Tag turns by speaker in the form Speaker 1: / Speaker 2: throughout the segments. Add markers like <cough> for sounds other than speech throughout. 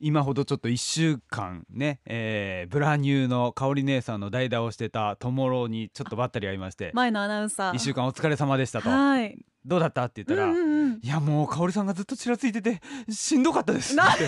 Speaker 1: 今ほどちょっと1週間ね、えーブラニューの香り姉さんの代打をしてたともろにちょっとばったり会いまして
Speaker 2: 前のアナウンサー
Speaker 1: 1週間お疲れ様でしたと
Speaker 2: はい
Speaker 1: どうだったって言ったら、
Speaker 2: うんうんうん
Speaker 1: いやもう香織さんがずっとちらついててしんどかったです
Speaker 2: な
Speaker 1: って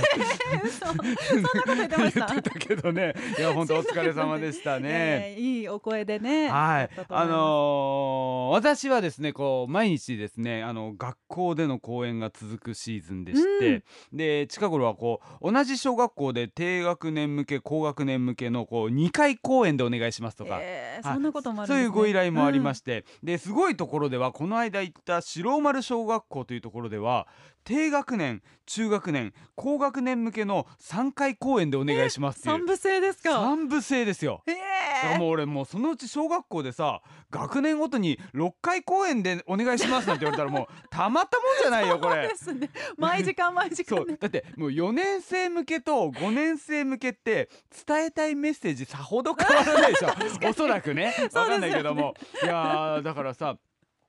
Speaker 2: 嘘そんなこと言ってました
Speaker 1: <laughs> 言ってたけどねいや本当お疲れ様でしたね。
Speaker 2: ええいいお声でね
Speaker 1: はい
Speaker 2: だった、と思
Speaker 1: あ
Speaker 2: います
Speaker 1: のー私はですねこう毎日ですねあの学校での講演が続くシーズンでして、で近頃はこう同じ小学校で低学年向け高学年向けのこう2回講演でお願いしますとか、
Speaker 2: ええ
Speaker 1: はい
Speaker 2: そんなこともあるん
Speaker 1: そ
Speaker 2: で
Speaker 1: う
Speaker 2: すね
Speaker 1: いうご依頼もありま
Speaker 2: し
Speaker 1: して、ですごいところではこの間行った白丸小学校というところでは低学年中学年高学年向けの3回講演でお願いしますっていう、
Speaker 2: 三部制ですか
Speaker 1: 三部制ですよ。
Speaker 2: え
Speaker 1: だから
Speaker 2: え
Speaker 1: もう俺もうそのうち小学校でさ学年ごとに6回公演でお願いしますなんて言われた
Speaker 2: <laughs>
Speaker 1: らもうたまったもんじゃないよこ
Speaker 2: そう
Speaker 1: れ
Speaker 2: で。すね毎時間毎時
Speaker 1: そ
Speaker 2: 間
Speaker 1: う
Speaker 2: ね <laughs>
Speaker 1: だってもう4年生向けと5年生向けって伝えたいメッセージさほど変わら
Speaker 2: <laughs>
Speaker 1: ないでしょおそらくね
Speaker 2: よ
Speaker 1: わ
Speaker 2: ね
Speaker 1: かんないけども、いやーだからさ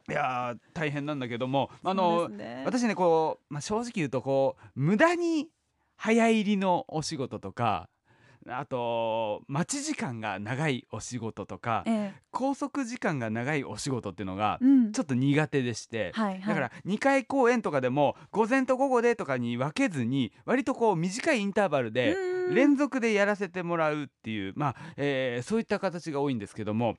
Speaker 1: いやー大変なんだけどもあの、
Speaker 2: そうですね
Speaker 1: 私ねこう、まあ、正直言うとこう無駄に早入りのお仕事とかあと待ち時間が長いお仕事とか
Speaker 2: ええ
Speaker 1: 拘束時間が長いお仕事っていうのが
Speaker 2: うん
Speaker 1: ちょっと苦手でして、
Speaker 2: はいは
Speaker 1: だ
Speaker 2: い
Speaker 1: から2回公演とかでも午前と午後でとかに分けずに割とこう短いインターバルで
Speaker 2: うん
Speaker 1: 連続でやらせてもらうっていう、まあえーそういった形が多いんですけども、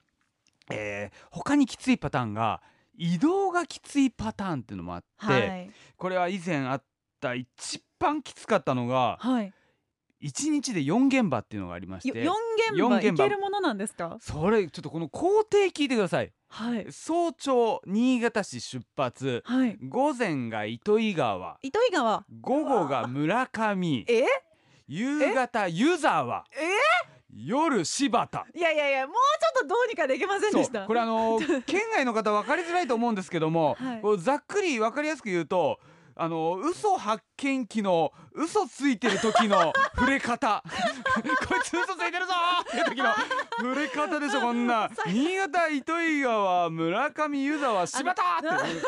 Speaker 1: えー他にきついパターンが移動がきついパターンっていうのもあって、
Speaker 2: はい
Speaker 1: これは以前あった一番きつかったのが
Speaker 2: はい
Speaker 1: 1日で4現場っていうのがありまし
Speaker 2: よ
Speaker 1: て
Speaker 2: 四現
Speaker 1: 四
Speaker 2: 場
Speaker 1: 現
Speaker 2: い
Speaker 1: 場
Speaker 2: けるものなんですか
Speaker 1: それちょっとこの工程聞いてください。
Speaker 2: はい
Speaker 1: 早朝新潟市出発
Speaker 2: はい
Speaker 1: 午前が糸魚川
Speaker 2: 糸魚川
Speaker 1: 午後が村上
Speaker 2: え
Speaker 1: 夕方湯沢
Speaker 2: え
Speaker 1: 夜柴田
Speaker 2: いやいやいやもうちょっとどうにかできません
Speaker 1: そ
Speaker 2: でした
Speaker 1: うこれあ
Speaker 2: <laughs>
Speaker 1: のー県外の方分かりづらいと思うんですけども、
Speaker 2: はい
Speaker 1: こうざっくり分かりやすく言うとあのー嘘発見機の嘘ついてる時
Speaker 2: <laughs>
Speaker 1: の触れ方 <laughs> こいつ嘘ついてるぞーっていう時の触れ方でしょこん
Speaker 2: <laughs>
Speaker 1: な新潟糸魚川村上湯沢柴田
Speaker 2: あの
Speaker 1: って
Speaker 2: 端か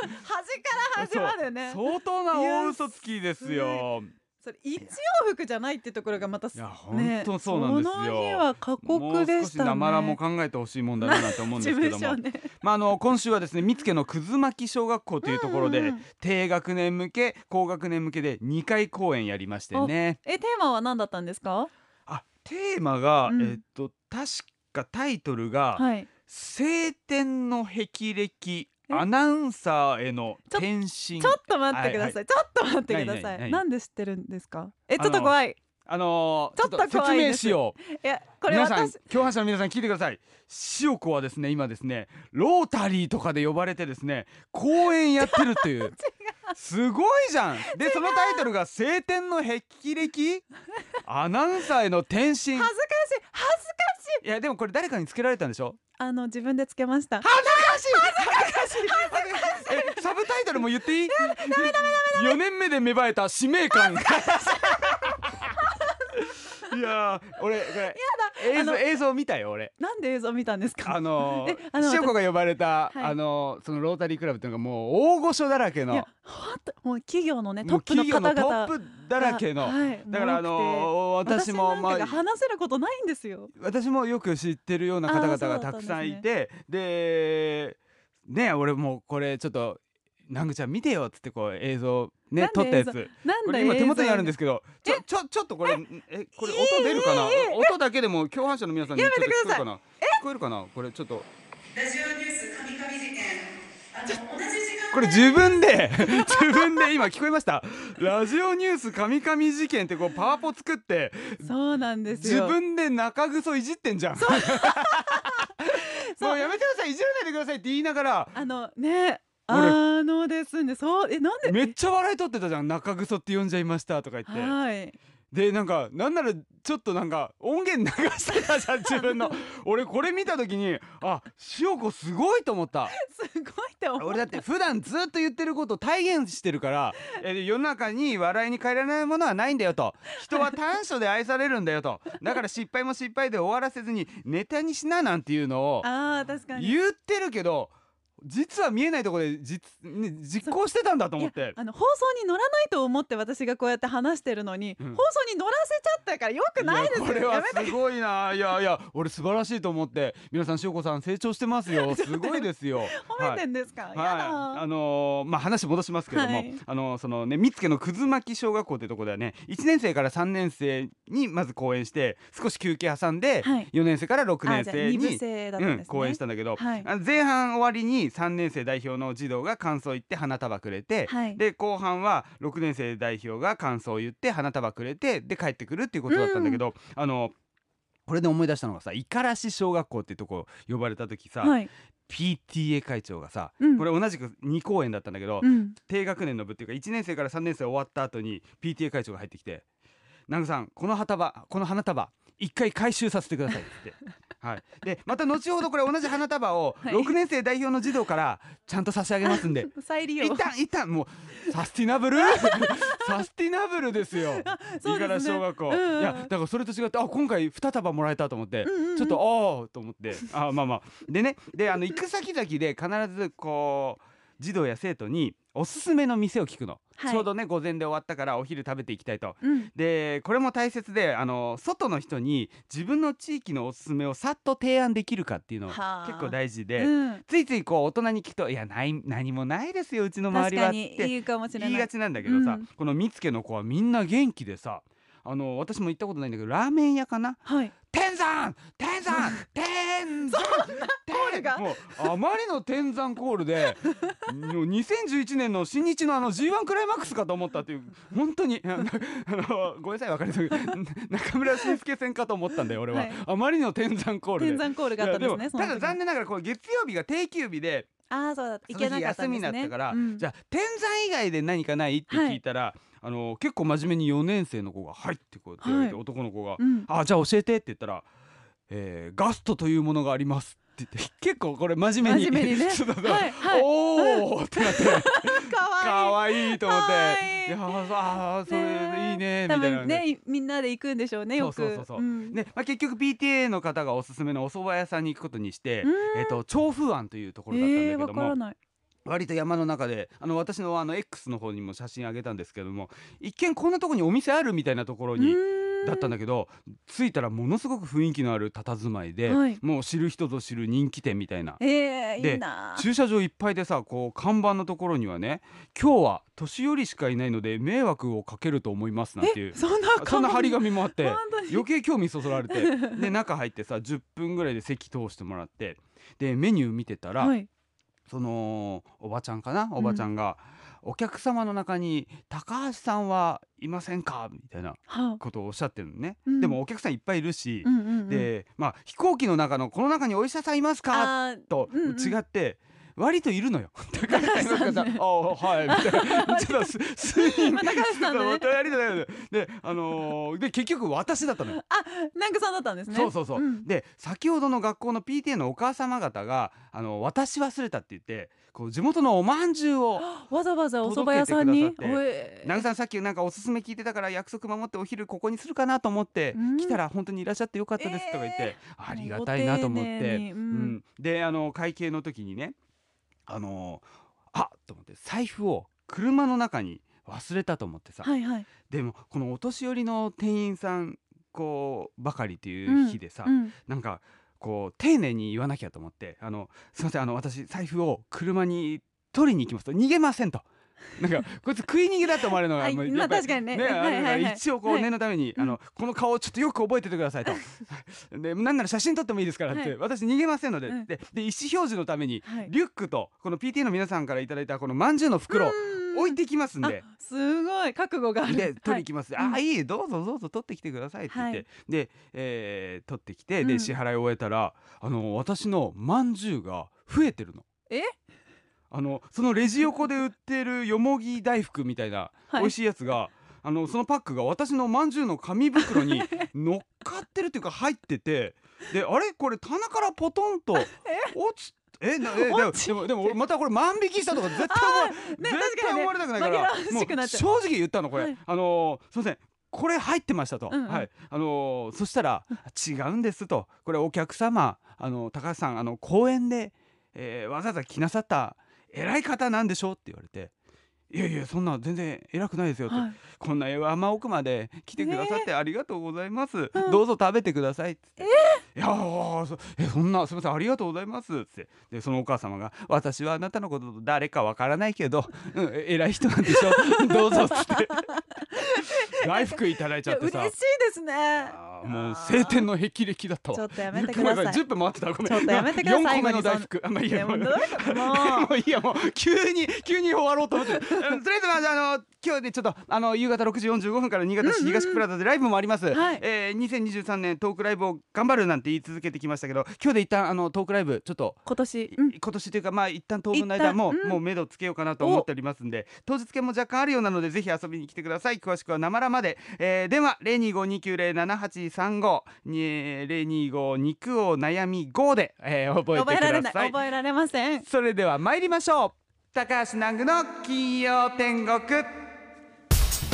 Speaker 2: ら端までね
Speaker 1: そう相当な大嘘つきですよ。
Speaker 2: それ一往復じゃないってところがまた
Speaker 1: いや
Speaker 2: ね
Speaker 1: 本当そうなんですよ
Speaker 2: その日は過
Speaker 1: も
Speaker 2: 酷
Speaker 1: う
Speaker 2: で
Speaker 1: 少
Speaker 2: し
Speaker 1: した
Speaker 2: ね
Speaker 1: なまらも考えてほしいもんだななんて思うんです
Speaker 2: <laughs>
Speaker 1: けど
Speaker 2: 事
Speaker 1: も、
Speaker 2: 務所ね
Speaker 1: まああの今週はですね三つ家のくず巻小学校というところで、
Speaker 2: うんうんうん
Speaker 1: 低学年向け高学年向けで2回公演やりましてね
Speaker 2: えテーマは何だったんですか
Speaker 1: あテーマが、
Speaker 2: うん
Speaker 1: えっと確かタイトルが「
Speaker 2: はい
Speaker 1: 晴天の霹靂アナウンサーへの
Speaker 2: ちょ
Speaker 1: 転身
Speaker 2: ちょっと待ってください、ちょっと待ってく
Speaker 1: な
Speaker 2: ださ
Speaker 1: いないないい
Speaker 2: なんで知ってるんですかえ
Speaker 1: あ
Speaker 2: ち
Speaker 1: の
Speaker 2: ょっと怖い」
Speaker 1: あのー
Speaker 2: ちょっと
Speaker 1: 説
Speaker 2: 怖い
Speaker 1: 明
Speaker 2: です
Speaker 1: しよう。
Speaker 2: いやこれ
Speaker 1: 皆さん
Speaker 2: 私
Speaker 1: 共犯者の皆さん聞いてください塩子はですね今ですねロータリーとかで呼ばれてですね公演やってると <laughs> いうすごいじゃんでそのタイトルが「晴天の霹靂アナウンサーへの転身」
Speaker 2: 恥ずかしい恥ずかしい
Speaker 1: いやでもこれ誰かにつけられたんでしょ
Speaker 2: あの自分でつけました
Speaker 1: 恥ずかしいえサブタイトルも言っていいダメダメダメダメ4年目で芽生えた使命感いやー俺これ映
Speaker 2: あ
Speaker 1: 像
Speaker 2: の
Speaker 1: 映像見たよ俺
Speaker 2: なんで映像見たんです
Speaker 1: あ
Speaker 2: か
Speaker 1: の
Speaker 2: <laughs> えあの
Speaker 1: 塩子が呼ばれた、
Speaker 2: はい
Speaker 1: あのそのロータリークラブっていうのがもう大御所だらけ
Speaker 2: いや
Speaker 1: の
Speaker 2: ほんともう企業のね
Speaker 1: も
Speaker 2: ト
Speaker 1: う
Speaker 2: ップの
Speaker 1: 企業
Speaker 2: 方
Speaker 1: のト
Speaker 2: 々
Speaker 1: ップだらけの、
Speaker 2: はい
Speaker 1: だからあの
Speaker 2: 多くて
Speaker 1: 私も
Speaker 2: 私なんか
Speaker 1: ま
Speaker 2: が
Speaker 1: あ
Speaker 2: 話せることないんですよ
Speaker 1: 私もよく知ってるような方々がたくさんいてでね俺もうこれちょっと南口ちゃん見てよっつってこう映像ね撮
Speaker 2: な
Speaker 1: ったや
Speaker 2: んで映像
Speaker 1: つ。
Speaker 2: なん
Speaker 1: こ
Speaker 2: だ
Speaker 1: れ今手元にあるんですすけどちょちょちょっとこれえこれ
Speaker 2: いい
Speaker 1: 音出るかない
Speaker 2: いいい
Speaker 1: 音だけでも共犯者の皆さんにちょっと聞こえるか
Speaker 2: や
Speaker 1: な聞こえるかなこれちょっと
Speaker 3: ラジオニュース神々事件あの同じ時間
Speaker 1: これ自分で <laughs> 自分で今聞こえましたラジオニュース神々事件ってこうパワポ作って
Speaker 2: そうなんです
Speaker 1: 自
Speaker 2: よ
Speaker 1: 分で中ぐそいじってんじゃん <laughs> もうやめてくださいいじらないでくださいって言いながら
Speaker 2: あのね
Speaker 1: 俺
Speaker 2: あのですねそうえなんで
Speaker 1: めっちゃ笑い取ってたじゃん中ぐそって呼んじゃいましたとか言って
Speaker 2: はい
Speaker 1: でなんかなんならちょっとなんか音源流してたじゃん自分
Speaker 2: <laughs>
Speaker 1: の俺これ見た時にあ塩子すごいと思った
Speaker 2: すごいって思う
Speaker 1: 俺だって普段ずっと言ってることを体現してるからえー世の中に笑いに変えられないものはないんだよと人は短所で愛されるんだよとだから失敗も失敗で終わらせずにネタにしななんていうのを
Speaker 2: あー確かに
Speaker 1: 言ってるけど実は見えないところで実、ね、実行してたんだと思っ
Speaker 2: いや
Speaker 1: て
Speaker 2: あの放送に乗らないと思って私がこうやって話してるのに、
Speaker 1: うん
Speaker 2: 放送に乗らせちゃったからよくないですよ
Speaker 1: やこれ
Speaker 2: や
Speaker 1: は
Speaker 2: めて
Speaker 1: すごいないやいや俺素晴らしいと思って皆さんしおこさん成長してます
Speaker 2: <laughs>
Speaker 1: よすごいですよ
Speaker 2: 褒めてんですか、
Speaker 1: はい、
Speaker 2: やだ、
Speaker 1: あのーまあ話戻しますけども、
Speaker 2: はい
Speaker 1: あのーそのね見附のくず巻小学校ってとこではね1年生から3年生にまず公演して少し休憩挟んで、
Speaker 2: はい
Speaker 1: 4年生から6
Speaker 2: あ
Speaker 1: 年
Speaker 2: じゃあ
Speaker 1: 生
Speaker 2: 二
Speaker 1: に
Speaker 2: 部制だったんですね、
Speaker 1: うん、公演したんだけど、
Speaker 2: はい
Speaker 1: あの前半終わりに3年生代表の児童が感想言って花束くれて、
Speaker 2: はい
Speaker 1: で後半は6年生代表が感想を言って花束くれてで帰ってくるっていうことだったんだけど、あのこれで思い出したのがさ五十嵐小学校っていうとこ呼ばれた時さ、
Speaker 2: はい、
Speaker 1: PTA 会長がさ、
Speaker 2: うん
Speaker 1: これ同じく2公演だったんだけど、
Speaker 2: うん、
Speaker 1: 低学年の部っていうか1年生から3年生終わった後に PTA 会長が入ってきて「南さんこの旗束この花束一回回収させてください」って
Speaker 2: <laughs>
Speaker 1: 言って。はい、でまた後ほどこれ同じ花束を
Speaker 2: はい
Speaker 1: 6年生代表の児童からちゃんと差し上げますん
Speaker 2: <laughs>
Speaker 1: で
Speaker 2: 再利用
Speaker 1: 一旦一旦もうサスティナブル <laughs> サスティナブルですよ
Speaker 2: そ
Speaker 1: 五
Speaker 2: うですね
Speaker 1: 十嵐小学校、
Speaker 2: うんうん
Speaker 1: いやだからそれと違ってあ今回2束もらえたと思って、
Speaker 2: うんうん
Speaker 1: ちょっとああと思ってあまあまあでねであの行く先々で必ずこう児童や生徒におすすめの店を聞くの、
Speaker 2: はい
Speaker 1: ちょうどね午前で終わったからお昼食べていきたいと。
Speaker 2: うん
Speaker 1: でこれも大切であの外の人に自分の地域のおすすめをさっと提案できるかっていうの
Speaker 2: はあ
Speaker 1: 結構大事で、
Speaker 2: うん、
Speaker 1: ついついこう大人に聞くと「いやない何もないですようちの周
Speaker 2: 確
Speaker 1: りは」
Speaker 2: か
Speaker 1: っ
Speaker 2: に
Speaker 1: て
Speaker 2: いいかもしれない
Speaker 1: 言いがちなんだけどさ、
Speaker 2: うん
Speaker 1: この見附の子はみんな元気でさあの私も行ったことないんだけどラーメン屋かな
Speaker 2: はい
Speaker 1: 天山天山
Speaker 2: <laughs>
Speaker 1: 天山
Speaker 2: ルが
Speaker 1: もうあまりの天山コールでもう2011年の新日のあの G1 クライマックスかと思ったっていう本当にあの <laughs> あのごめんな <laughs> さいわかりづらい中村俊輔戦かと思ったんだよ俺は、
Speaker 2: はい
Speaker 1: あまりの天山コールで
Speaker 2: 天山コールがあったんですね
Speaker 1: いや
Speaker 2: そ
Speaker 1: も
Speaker 2: の
Speaker 1: た
Speaker 2: 時
Speaker 1: だ残念ながらこう月曜日が定休日で
Speaker 2: ああそうだい
Speaker 1: その
Speaker 2: けな
Speaker 1: 日
Speaker 2: かった
Speaker 1: 休
Speaker 2: ん
Speaker 1: み
Speaker 2: です
Speaker 1: にな
Speaker 2: ね
Speaker 1: ったから、
Speaker 2: うん
Speaker 1: じゃあ天山以外で何かないって聞いたら、あの結構真面目に4年生の子が「はい」ってこうやって言われて、
Speaker 2: は
Speaker 1: 男の子が
Speaker 2: うん
Speaker 1: 「あじゃあ教えて」って言ったら、えーガストというものがあります」って言って結構これ真面目に
Speaker 2: 真面目に
Speaker 1: <laughs>
Speaker 2: ね
Speaker 1: そうそうそう
Speaker 2: はいはい
Speaker 1: おーってなって
Speaker 2: かわ
Speaker 1: 可愛いと思って
Speaker 2: かわ
Speaker 1: 「
Speaker 2: いい
Speaker 1: いやーあーそれいいね」みた
Speaker 2: 多
Speaker 1: いな
Speaker 2: 分ねみんなで行くんでしょうねよく
Speaker 1: そうそうそうそう
Speaker 2: うん
Speaker 1: で、まあ、結局 PTA の方がおすすめのお蕎麦屋さんに行くことにして
Speaker 2: うん、
Speaker 1: えっと調布庵というところだったんだ
Speaker 2: え
Speaker 1: け
Speaker 2: ー、
Speaker 1: ど
Speaker 2: わ
Speaker 1: も、
Speaker 2: からない
Speaker 1: 割と山の中であの私のあの X の方にも写真あげたんですけども一見こんなとこにお店あるみたいなところにだったんだけど着いたらものすごく雰囲気のある佇まいで、
Speaker 2: はい
Speaker 1: もう知る人ぞ知る人気店みたいな
Speaker 2: ええー、
Speaker 1: で
Speaker 2: いいな
Speaker 1: 駐車場いっぱいでさこう看板のところにはね「今日は年寄りしかいないので迷惑をかけると思います」なんていう
Speaker 2: そんな
Speaker 1: そんな張り
Speaker 2: が
Speaker 1: 紙もあって
Speaker 2: 本当に
Speaker 1: 余計興味そそられて
Speaker 2: <laughs>
Speaker 1: で中入ってさ10分ぐらいで席通してもらってでメニュー見てたら、
Speaker 2: はい
Speaker 1: そのおばちゃんかなおばちゃんが、お客様の中に「高橋さんはいませんか?」みたいな
Speaker 2: はあ
Speaker 1: ことをおっしゃってるのね、
Speaker 2: うん
Speaker 1: でもお客さんいっぱいいるし、
Speaker 2: うんうんうん、
Speaker 1: でまあ飛行機の中の「この中にお医者さんいますか?」
Speaker 2: あー
Speaker 1: と
Speaker 2: うんうん
Speaker 1: 違って。割といるの
Speaker 2: <laughs>
Speaker 1: よ。高橋さんが
Speaker 2: 高橋さ
Speaker 1: さ
Speaker 2: んね
Speaker 1: あはい」みたい
Speaker 2: <laughs>
Speaker 1: なちょっとすすい
Speaker 2: まあ高橋さんだね
Speaker 1: またやりたいであのーで結局私だったのよ。
Speaker 2: なんかさんだったんですね
Speaker 1: そうそうそう、
Speaker 2: ん
Speaker 1: で先ほどの学校の PTA のお母様方が「あの私忘れた」って言ってこう地元のおまんじゅうを
Speaker 2: わざわざお蕎麦屋さん
Speaker 1: 届
Speaker 2: に
Speaker 1: けてくださって
Speaker 2: おえ
Speaker 1: 「なぐさんさっきなんかおすすめ聞いてたから約束守ってお昼ここにするかなと思って
Speaker 2: うん
Speaker 1: 来たら本当にいらっしゃってよかったです」とか言って、
Speaker 2: え
Speaker 1: ありがたいなと思っ
Speaker 2: ご丁
Speaker 1: て、
Speaker 2: 寧にうん
Speaker 1: うんであの会計の時にねあのあと思って財布を車の中に忘れたと思ってさ、
Speaker 2: はいはい
Speaker 1: でもこのお年寄りの店員さんこうばかりっていう日でさ、
Speaker 2: うん
Speaker 1: なんかこう丁寧に言わなきゃと思って「あのすいませんあの私財布を車に取りに行きます」と「逃げません」と。なんかこいつ食い逃げだと思われるの
Speaker 2: は
Speaker 1: が
Speaker 2: い
Speaker 1: もう
Speaker 2: ま
Speaker 1: や
Speaker 2: あ
Speaker 1: っぱり
Speaker 2: 確かにね
Speaker 1: ねあ
Speaker 2: はい
Speaker 1: れ
Speaker 2: はいは
Speaker 1: が
Speaker 2: い
Speaker 1: 一応こう
Speaker 2: はい
Speaker 1: 念のために、あのこの顔をちょっとよく覚えててくださいと <laughs> でなんなら写真撮ってもいいですからって、
Speaker 2: はい
Speaker 1: 私逃げませんので、
Speaker 2: うん
Speaker 1: でで意思表示のために、
Speaker 2: はい
Speaker 1: リュックとこの PT の皆さんからいただいたこのまんじゅうの袋
Speaker 2: うん
Speaker 1: 置いてきますんで、
Speaker 2: あすごい覚悟がある
Speaker 1: で取りに来ます、
Speaker 2: うん
Speaker 1: あいいどうぞどうぞ取ってきてくださいって言って、
Speaker 2: はい
Speaker 1: で、えー取ってきて
Speaker 2: う
Speaker 1: で
Speaker 2: ん
Speaker 1: 支払いを終えたら、あの私のまんじゅうが増えてるの。
Speaker 2: え
Speaker 1: あのそのレジ横で売ってるよもぎ大福みたいな、
Speaker 2: はい
Speaker 1: 美味しいやつがあのそのパックが私のまんじゅうの紙袋
Speaker 2: <laughs>
Speaker 1: に乗っかってるっていうか入っててであれこれ棚からポトン
Speaker 2: <laughs>
Speaker 1: と落ちえなえでも
Speaker 2: 落ち
Speaker 1: でもでも俺またこれ万引きしたとか絶対思わ
Speaker 2: ね
Speaker 1: 絶対思われたくないか
Speaker 2: 確
Speaker 1: ら
Speaker 2: かにね紛らわしくなっちゃう
Speaker 1: もう正直言ったのこれ、
Speaker 2: はい
Speaker 1: あのーすいませんこれ入ってましたと、
Speaker 2: うんうん
Speaker 1: はいあのーそしたら違うんですとこれお客様あの高橋さんあの公園でえーわざわざ来なさった偉い方なんでしょ?」って言われて「いやいやそんな全然偉くないですよ」って、
Speaker 2: はい
Speaker 1: こんな山奥まで来てくださってありがとうございます、
Speaker 2: うん
Speaker 1: どうぞ食べてください」っつって「いやーそえそんなすみませんありがとうございます」っつってでそのお母様が「私はあなたのこと誰かわからないけど、うん、偉い人なんでし
Speaker 2: <laughs>
Speaker 1: ょどうぞ」っつって大福いただいち
Speaker 2: い
Speaker 1: ゃ
Speaker 2: や
Speaker 1: って
Speaker 2: 嬉
Speaker 1: さ
Speaker 2: しいですね
Speaker 1: あーもう晴天の霹靂だったわ
Speaker 2: ちょっとやめてく
Speaker 1: ごめ
Speaker 2: だ
Speaker 1: んごめ
Speaker 2: さ
Speaker 1: ん
Speaker 2: い
Speaker 1: 10分回ってたごめん
Speaker 2: ちょっとやめてください
Speaker 1: 4個目の
Speaker 2: 最後にそん
Speaker 1: 大福あまあいい
Speaker 2: い
Speaker 1: や
Speaker 2: やもうどうしたの
Speaker 1: <laughs>
Speaker 2: もう
Speaker 1: もういいやもう急に急に終わろうと思ってるうんとりあえずまずあの今日ねちょっとあの夕方6時45分から新潟市東区プラザでライブもあります、
Speaker 2: はい
Speaker 1: えー、2023年トークライブを頑張るなんて言い続けてきましたけど今日で一旦あのトークライブちょっと
Speaker 2: 今年、うん、
Speaker 1: い今年というかまあ一旦当分の間
Speaker 2: 一旦
Speaker 1: もう、
Speaker 2: うん
Speaker 1: もう目処つけようかなと思っておりますんで当日券も若干あるようなのでぜひ遊びに来てください詳しくは生らまで、えー、電話0252907835にえー025肉を悩み5で、えー、覚えてください
Speaker 2: 覚えられない覚えられません
Speaker 1: それでは参りましょう高橋南具の金曜天国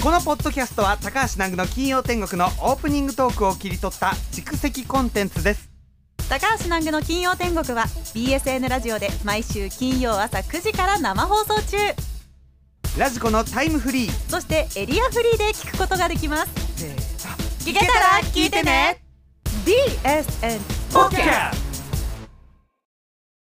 Speaker 1: このポッドキャストは高橋南具の金曜天国のオープニングトークを切り取った蓄積コンテンツです
Speaker 2: 高橋南具の金曜天国は BSN ラジオで毎週金曜朝9時から生放送中
Speaker 1: ラジコのタイムフリー
Speaker 2: そしてエリアフリーで聞くことができます
Speaker 1: せーの
Speaker 2: 聞けたら聞いてね BSN
Speaker 1: ポッキャス